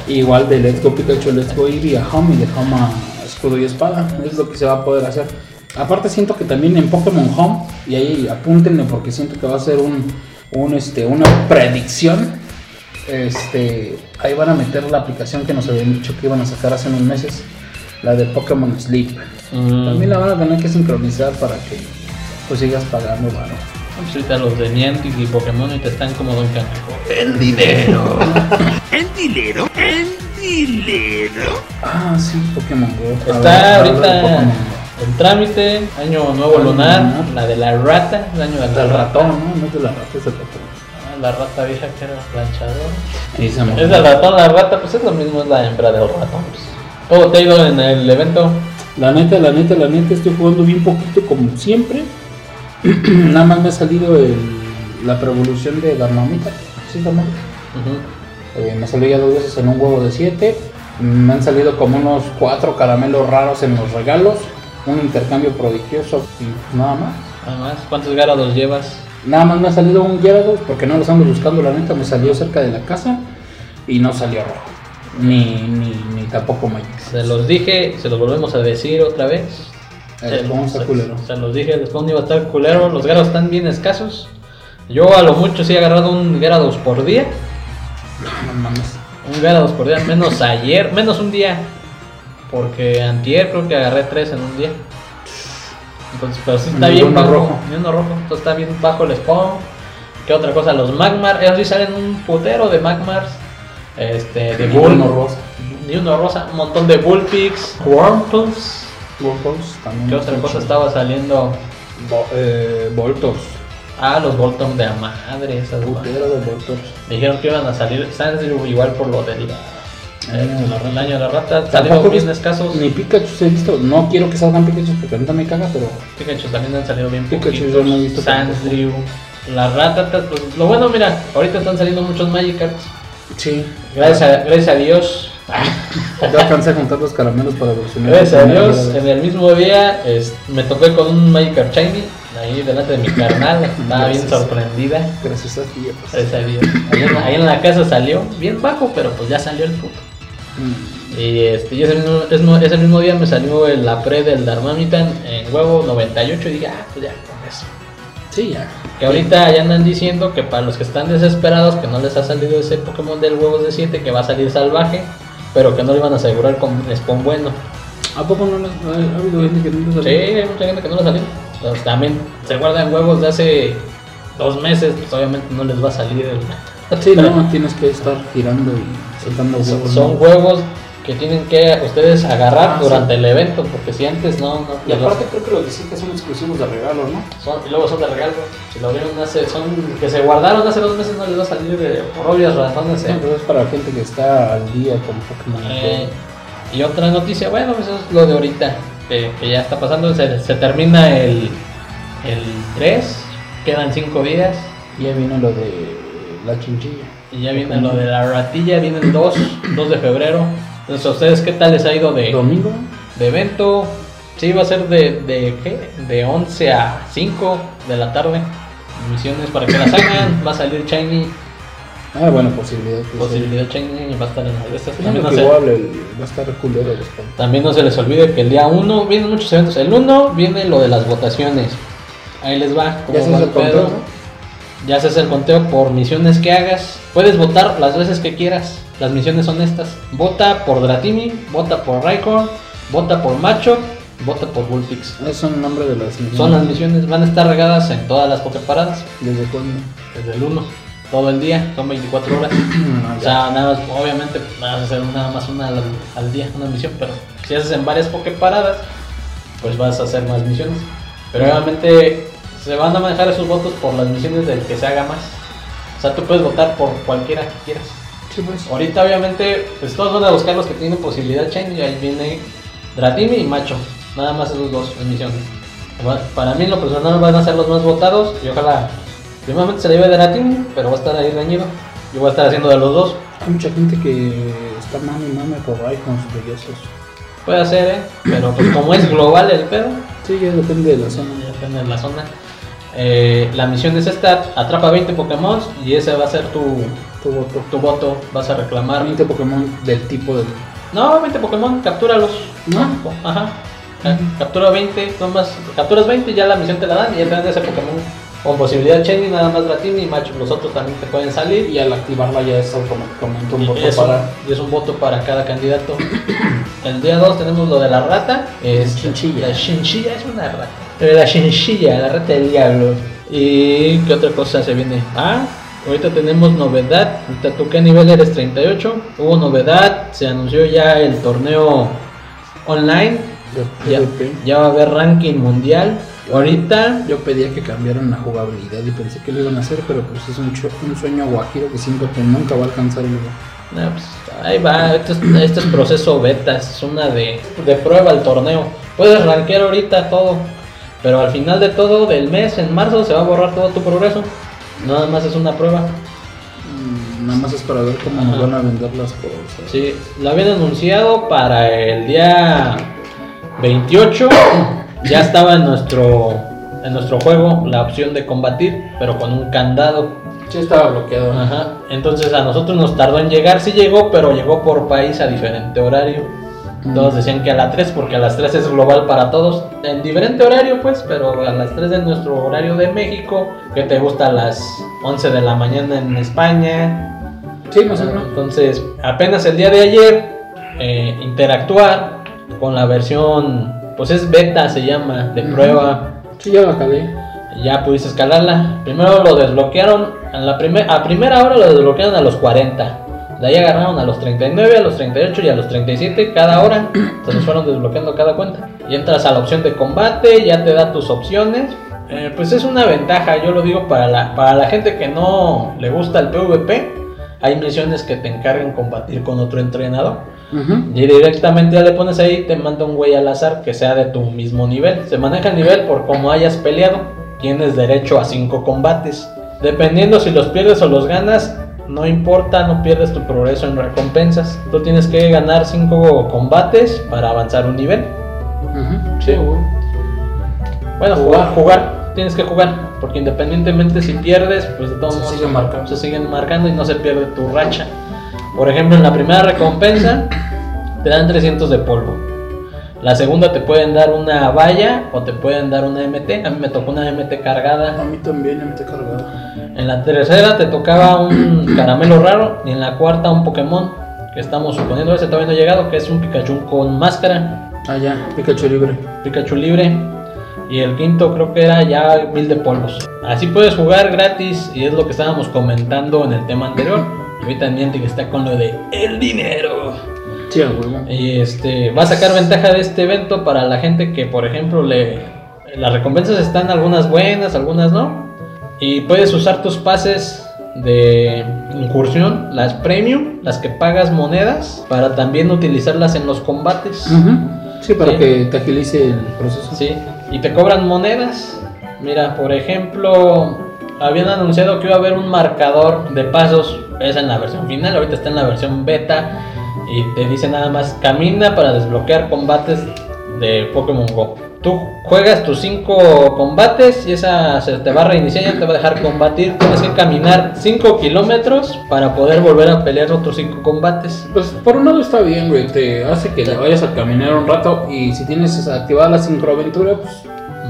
B: Igual de Let's Go Pikachu, Let's Go Eevee a Home y de Home a Escudo y Espada. Es lo que se va a poder hacer. Aparte siento que también en Pokémon Home, y ahí apúntenle porque siento que va a ser un, un, este, una predicción. Este, ahí van a meter la aplicación que nos habían dicho que iban a sacar hace unos meses, la de Pokémon Sleep.
D: Mm.
B: También la van a tener que sincronizar para que pues sigas pagando varo.
D: Pues ahorita los de Niantic y Pokémon y te están como Don Cangrejo.
C: El dinero, el dinero.
B: Ah, sí, Pokémon Go. A
D: Está
B: ver, habla de
D: ahorita
B: Pokémon
D: el trámite, año nuevo
B: Año
D: lunar,
B: lunar.
D: la de la rata, el año de
B: Go.
D: la
B: Del
D: rata.
B: ratón, ¿no? No es de la rata, es del ratón.
D: Ah, La rata vieja que era planchador.
B: Ahí se me-
D: Es el ratón, la rata, pues es lo mismo, es la hembra del ratón. pues. ¿Cómo te ha ido en el evento?
B: La neta, la neta, la neta, estoy jugando bien poquito como siempre. (clears throat) Nada más me ha salido el- la prevolución de Darmamita. Sí, Darmamita.
D: Ujú.
B: Eh, me salió ya dos veces en un huevo de 7. Me han salido como unos cuatro caramelos raros en los regalos. Un intercambio prodigioso y pues nada más.
D: Nada más, ¿cuántos gárados llevas?
B: Nada más me ha salido un Gyarados porque no los ando buscando, la neta. Me salió cerca de la casa y no salió rojo. Ni, ni, ni tampoco Mike.
D: Se los dije, se los volvemos a decir otra vez.
B: El spawn está culero.
D: Se, los dije, el spawn iba a estar culero, los Gyarados están bien escasos. Yo a lo mucho sí he agarrado un Gyarados por día.
B: No mames.
D: Un Gyarados por día, menos ayer, menos un día. Porque antier creo que agarré tres en un día. Entonces, pero sí está
B: Ni
D: bien
B: uno
D: bajo.
B: rojo.
D: ni uno rojo. Entonces está bien bajo el spawn. ¿Qué otra cosa? Los Magmar, ellos sí salen un putero de Magmars. Este, de
B: Ni uno
D: Bull.
B: rosa.
D: Ni uno rosa. Un montón de Bullpix. Wormples.
B: Voltox también.
D: ¿Qué otra cosa estaba saliendo?
B: Vo- eh, Voltox.
D: Ah, los Bolton de la madre, esas
B: Putero
D: madres.
B: de Voltox.
D: Me dijeron que iban a salir Sandsru igual por lo del eh,
B: El año de la rata.
D: el año de la rata.
B: Mm. Tampoco
D: Salieron bien
B: vi-
D: escasos.
B: Ni Pikachu se ha visto. No quiero que salgan Pikachu porque ahorita me caga, pero
D: Pikachu también han salido bien
B: Pikachu
D: poquitos.
B: yo no he visto
D: Sandsru, la rata. ta- pues, lo bueno, mira, ahorita están saliendo muchos Magikarps.
B: sí.
D: Gracias a, gracias a Dios.
B: Ya alcancé a juntar los caramelos para evolucionar.
D: Gracias a Dios. Eh, En el mismo día es- me topé con un Magikarp Shiny ahí delante de mi carnal. Estaba bien
B: Gracias.
D: sorprendida.
B: Gracias a Dios.
D: Gracias a Dios. Ahí en, ahí en la casa salió, bien bajo, pero pues ya salió el puto.
B: Mm,
D: Y, este, y ese, mismo, ese mismo- ese mismo día me salió el, la pre del Darmamitan en huevo 98 y dije, ah, pues ya, con eso.
B: Sí, ya.
D: Que ahorita ya andan diciendo que para los que están desesperados, que no les ha salido ese Pokémon del huevo de 7, que va a salir salvaje, pero que no le van a asegurar con un spawn bueno.
B: ¿A poco no les ha ha habido gente que no les ha
D: Sí, hay mucha gente que no le salió. Pero también se guardan huevos de hace dos meses, pues obviamente no les va a salir el...
B: (laughs) Sí, no, tienes que estar girando y soltando
D: Son,
B: huevos.
D: son
B: ¿no?
D: juegos que tienen que ustedes agarrar
B: Ah,
D: durante el evento, porque si antes no, no
B: Y aparte creo que los de Zika son exclusivos de regalo, ¿no?
D: son- y luego son de regalo. Si lo abrieron hace, son que se guardaron hace dos meses no les va a salir de, por obvias razones.
B: Sí.
D: eh.
B: Pero es para gente que está al día con Pokémon.
D: Eh, y otra noticia, bueno, pues eso es lo de ahorita, que, que ya está pasando, se, se termina el, el 3, quedan 5 días,
B: Ya vino lo de la chinchilla.
D: y ya viene lo de la ratilla, viene el 2, 2 de febrero. Entonces, ¿a ustedes qué tal les ha ido de,
B: Domingo.
D: de evento. Sí, va a ser de, de, ¿qué? de 11 a 5 de la tarde. Misiones para que las hagan. Va a salir Shiny.
B: Ah, bueno, posibilidad. que sí. Pues,
D: Posibilidad Shiny. Va a estar en las listas.
B: Yo
D: También,
B: creo
D: no
B: que
D: se,
B: igual el- va a estar culero después.
D: también no se les olvide que el día 1 vienen muchos eventos. El 1 viene lo de las votaciones. Ahí les va. cómo
B: Ya se
D: va
B: hizo
D: el
B: el conteo,
D: pedo.
B: ¿no?
D: Ya se hace el conteo por misiones que hagas. Puedes votar las veces que quieras. Las misiones son estas. Vota por Dratini, vota por Raikou, vota por Macho, vota por Bullpix.
B: Es un nombre de las
D: Son las misiones, van a estar regadas en todas las Poképaradas,
B: ¿Desde cuándo?
D: desde el 1, todo el día, son 24 horas. (clears throat) O sea, nada más, obviamente, vas a hacer nada más una al, al día, una misión, pero si haces en varias Poképaradas, pues vas a hacer más misiones. Pero obviamente se van a manejar esos votos por las misiones del que se haga más. O sea, tú puedes votar por cualquiera que quieras.
B: Sí, pues.
D: Ahorita, obviamente, pues todos van a buscar los que tienen posibilidad, Shiny, y ahí viene Dratini y Macho. Nada más esos dos en misiones. Va- Para mí, en lo personal, van a ser los más votados y ojalá. Primeramente se le lleve Dratini, pero va a estar ahí reñido. Yo voy a estar haciendo de los dos.
B: Hay mucha gente que está mami y mame por ahí con sus bellezos.
D: Puede ser, ¿eh? Pero pues como es global el pedo,
B: Sí, ya depende de la zona.
D: ya depende de la zona. Eh, la misión es esta: atrapa 20 Pokémon y ese va a ser tu,
B: Tu voto.
D: tu voto. Vas a reclamar.
B: 20 Pokémon del tipo del.
D: No, 20 Pokémon, captúralos.
B: ¿No?
D: Ajá. Ca- Captura 20, tomas, capturas 20 y ya la misión te la dan y ya te dan ese Pokémon con posibilidad Shiny, nada más Dratini y Macho. Los otros también te pueden salir y,
B: Y al activarla ya es automáticamente un voto
D: es, un-
B: para.
D: y es un voto para cada candidato. (clears throat) El día 2 tenemos lo de la rata. Es
B: Chinchilla.
D: La chinchilla es una rata. La chinchilla, la rata del diablo. ¿Y qué otra cosa se viene? Ah, Ahorita tenemos novedad. Ahorita tú qué nivel eres 38. Hubo novedad. Se anunció ya el torneo online.
B: Yo,
D: Ya, ya va a haber ranking mundial. Ahorita
B: yo pedía que cambiaran la jugabilidad y pensé que lo iban a hacer, pero pues es un, cho- un sueño guajiro que siento que nunca va a alcanzar. luego.
D: No, pues, ahí va, esto es, este es proceso beta, es una de, de prueba el torneo. Puedes rankear ahorita todo, pero al final de todo, del mes, en marzo, se va a borrar todo tu progreso. Nada más es una prueba.
B: Mm, Nada más es para ver cómo nos
D: Ajá.
B: van a vender las cosas.
D: Sí, lo habían anunciado para el día 28. Ya estaba en nuestro, en nuestro juego la opción de combatir, pero con un candado.
B: Sí, estaba bloqueado.
D: Ajá. Entonces a nosotros nos tardó en llegar, sí llegó, pero llegó por país a diferente horario. Todos decían que a las 3, porque a las 3 es global para todos, en diferente horario pues, pero a las 3 de nuestro horario de México, que te gusta a las 11 de la mañana en España.
B: Sí, más o menos.
D: Entonces, apenas el día de ayer, eh, interactuar con la versión, pues es beta, se llama, de
B: Ujú.
D: prueba.
B: Sí, ya la calé.
D: Ya pudiste escalarla. Primero lo desbloquearon, a, la primer- a primera hora lo desbloquearon a los 40. De ahí agarraron a los 39, a los 38 y a los 37 cada hora. Se los fueron desbloqueando cada cuenta. Y entras a la opción de combate, ya te da tus opciones. Eh, pues es una ventaja, yo lo digo para la, para la gente que no le gusta el PvP. Hay misiones que te encargan combatir con otro entrenador.
B: Ujú.
D: Y directamente ya le pones ahí, te manda un güey al azar que sea de tu mismo nivel. Se maneja el nivel por cómo hayas peleado. Tienes derecho a 5 combates. Dependiendo si los pierdes o los ganas, no importa, no pierdes tu progreso en recompensas. Tú tienes que ganar 5 combates para avanzar un nivel.
B: Ujú.
D: Sí. Bueno, jugar, jugar. Tienes que jugar. Porque independientemente si pierdes, pues de todos
B: Se
D: modos
B: sigue marcando.
D: se siguen marcando y no se pierde tu racha. Por ejemplo, en la primera recompensa te dan 300 de polvo. La segunda te pueden dar una valla o te pueden dar una MT. A mí me tocó una MT cargada.
B: A mí también ya me te he cargado.
D: En la tercera te tocaba un caramelo raro y en la cuarta un Pokémon que estamos suponiendo ese todavía no ha llegado, que es un Pikachu con máscara.
B: Ah, ya, Pikachu libre.
D: Pikachu libre. Y el quinto creo que era ya mil de polvos. Así puedes jugar gratis y es lo que estábamos comentando en el tema anterior. Ahorita Niantic está con lo de el dinero.
B: Sí, a huevo.
D: Y este va a sacar ventaja de este evento para la gente que, por ejemplo, le las recompensas están algunas buenas, algunas no. Y puedes usar tus pases de incursión, las premium, las que pagas monedas, para también utilizarlas en los combates.
B: Ujú. Sí, para
D: Sí.
B: que te agilice el proceso.
D: Sí, y te cobran monedas. Mira, por ejemplo, habían anunciado que iba a haber un marcador de pasos. Esa en la versión final, ahorita está en la versión beta. Y te dice nada más, camina para desbloquear combates de Pokémon Go. Tú juegas tus 5 combates y esa se te va a reiniciar, ya te va a dejar combatir. Tienes que caminar 5 kilómetros para poder volver a pelear otros 5 combates.
B: Pues por un lado está bien, güey. Te hace que le vayas a caminar un rato y si tienes esa- activada la sincroaventura, pues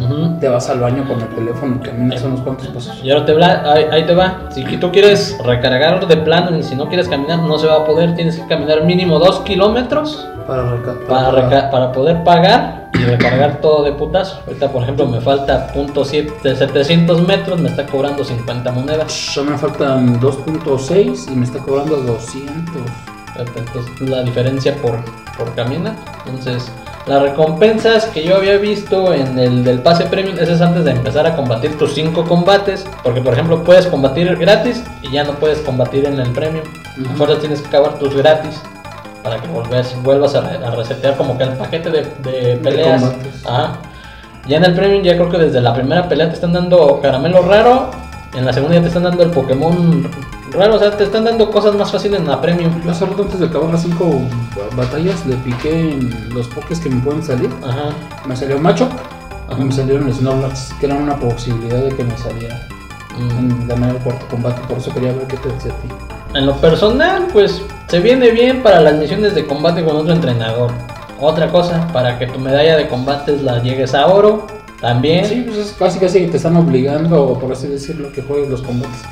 D: Ujú.
B: te vas al baño con el teléfono y caminas unos cuantos pasos.
D: Y ahora te va, ahí, ahí te va. Si tú quieres recargar de plano y si no quieres caminar, no se va a poder. Tienes que caminar mínimo 2 kilómetros
B: Para recatar.
D: para, reca- para poder pagar y recargar todo de putazo. Ahorita, por ejemplo, me falta punto siete- de 700 metros, me está cobrando 50 monedas.
B: Ya me faltan 2.6 y me está cobrando 200.
D: Entonces, la diferencia por, por caminar. Entonces, las recompensas que yo había visto en el del pase premium, esas es antes de empezar a combatir tus 5 combates. Porque, por ejemplo, puedes combatir gratis y ya no puedes combatir en el premium.
B: Ujú.
D: Ahora tienes que acabar tus gratis para que volvés- vuelvas a, re- a resetear como que el paquete de, de peleas.
B: combates.
D: Ajá. Ya en el premium, ya creo que desde la primera pelea te están dando caramelo raro. En la segunda ya te están dando el Pokémon raro. O sea, te están dando cosas más fáciles en la premium.
B: Yo hace rato antes de acabar las 5 batallas le piqué en los pokés que me pueden salir.
D: Ajá.
B: Me salió macho
D: Ajá.
B: y me salieron Snorlax, que era una posibilidad de que me saliera
D: Mm.
B: en ganar el cuarto combate. Por eso quería ver qué te decía a ti.
D: En lo personal, pues se viene bien para las misiones de combate con otro entrenador. Otra cosa, para que tu medalla de combates la llegues a oro. También.
B: Sí, pues es casi casi que te están obligando, por así decirlo, que juegues los combates.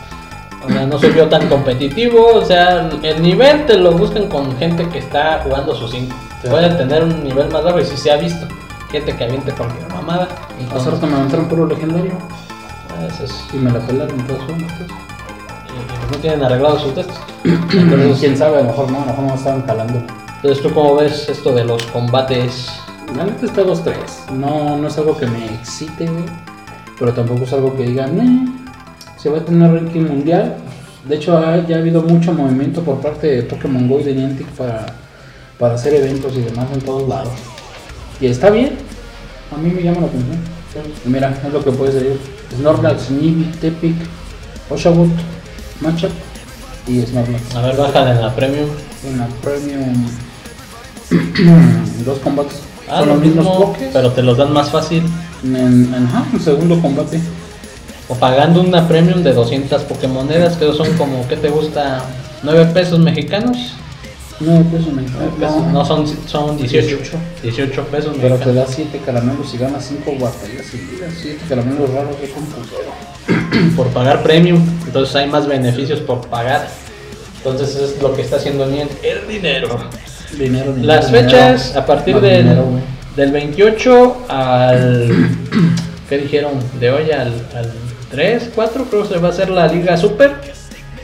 D: O sea, no soy yo tan competitivo. O sea, el nivel te lo buscan con gente que está jugando sus 5.
B: Sí.
D: Puede tener un nivel más bajo y si se ha visto. Gente que aviente cualquier mamada.
B: Hace
D: Entonces,
B: rato me aventaron puro legendario
D: eso es-
B: pues, y me la pelaron todos juntos.
D: eh, no tienen arreglados sus textos.
B: Pero
D: Entonces,
B: quién sabe, a lo mejor no, a lo mejor no estaban calando.
D: entonces, ¿tú cómo ves esto de los combates?
B: La neta está 2-3. No, no es algo que me excite, güey. Pero tampoco es algo que diga, "Nah, se va a tener ranking mundial. De hecho, ha, ya ha habido mucho movimiento por parte de Pokémon Go y de Niantic para, para hacer eventos y demás en todos lados. Y está bien. A mí me llama la atención. Y Mira, es lo que puede salir. Snorlax, Eevee, Tepic, Oshawott, Machop y Snorlax.
D: A ver, bajan en la premium.
B: En la Premium. Dos combates.
D: Ah,
B: Son
D: lo
B: los mismos
D: mismo,
B: pokés.
D: pero te los dan más fácil.
B: En, en- ajá, en segundo combate.
D: O pagando una premium de 200 Pokémonedas, que son como, ¿qué te gusta? 9 pesos mexicanos.
B: No, pues me no,
D: No, son, son 18. 18 pesos
B: Pero te
D: mexicanos.
B: da 7 caramelos y ganas 5 guatelas seguidas. 7 caramelos raros de computador.
D: por pagar premium. Entonces hay más beneficios por pagar. Entonces es lo que está haciendo Niantic. El dinero.
B: Dinero, dinero.
D: Las
B: dinero.
D: fechas a partir
B: Más
D: del,
B: dinero, güey.
D: del 28 al... (coughs) ¿Qué dijeron? De hoy al, al 3, 4 creo que se va a hacer la Liga Super.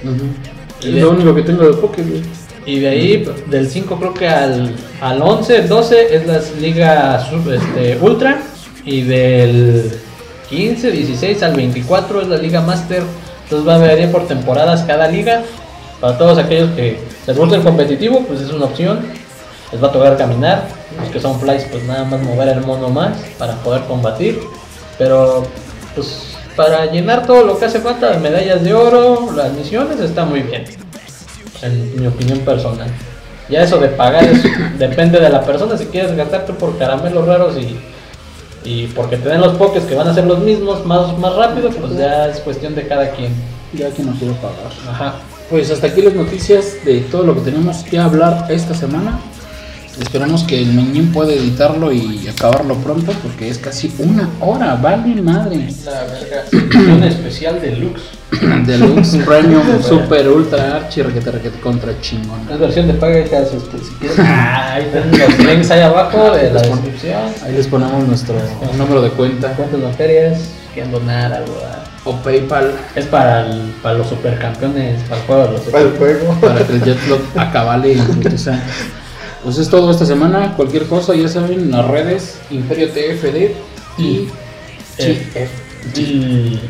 B: Ujú. Es lo único que tengo de Poké, güey.
D: Y de ahí, del 5 creo que al, al 11, 12 es las ligas sub- este, ultra. Y del 15, 16 al 24 es la liga master. Entonces va a variar por temporadas cada liga. Para todos aquellos que les gusta el competitivo, pues es una opción. Les va a tocar caminar. Los que son flies, pues nada más mover el mono más para poder combatir. Pero pues para llenar todo lo que hace falta, medallas de oro, las misiones, está muy bien en mi opinión personal. Ya eso de pagar es- depende de la persona, si quieres gastarte por caramelos raros y, y porque te den los pokés que van a ser los mismos más, más rápido, pues ya es cuestión de cada quien.
B: Ya que no quiero pagar.
D: Ajá.
B: Pues hasta aquí las noticias de todo lo que tenemos que hablar esta semana. Esperamos que el niñín pueda editarlo y acabarlo pronto porque es casi una hora, vale madre. (clears throat)
D: La verga, un especial deluxe.
B: (laughs) Deluxe, Premium, Super, Ultra, Archie, requete, requete, contra chingón.
D: Es versión de paga y te haces, pues, si quieres. Ah, ahí están los links ahí abajo de la descripción.
B: Ahí les ponemos nuestro número de cuenta
D: Cuentas bancarias, quieren donar algo. ah.
B: o PayPal
D: Es para, el- para los supercampeones, para el juego de los
E: Para el juego.
B: para que el Jetlock acabale y empiece. Pues es todo esta semana. Cualquier cosa, ya saben, las redes Imperio TFD y
D: Y-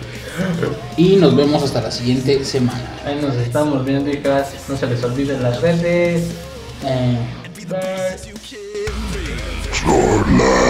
B: Y nos vemos hasta la siguiente semana.
D: Ahí nos estamos viendo, hijas. No se les olviden las redes.
B: Eh,
D: Bye.
C: You kidding me?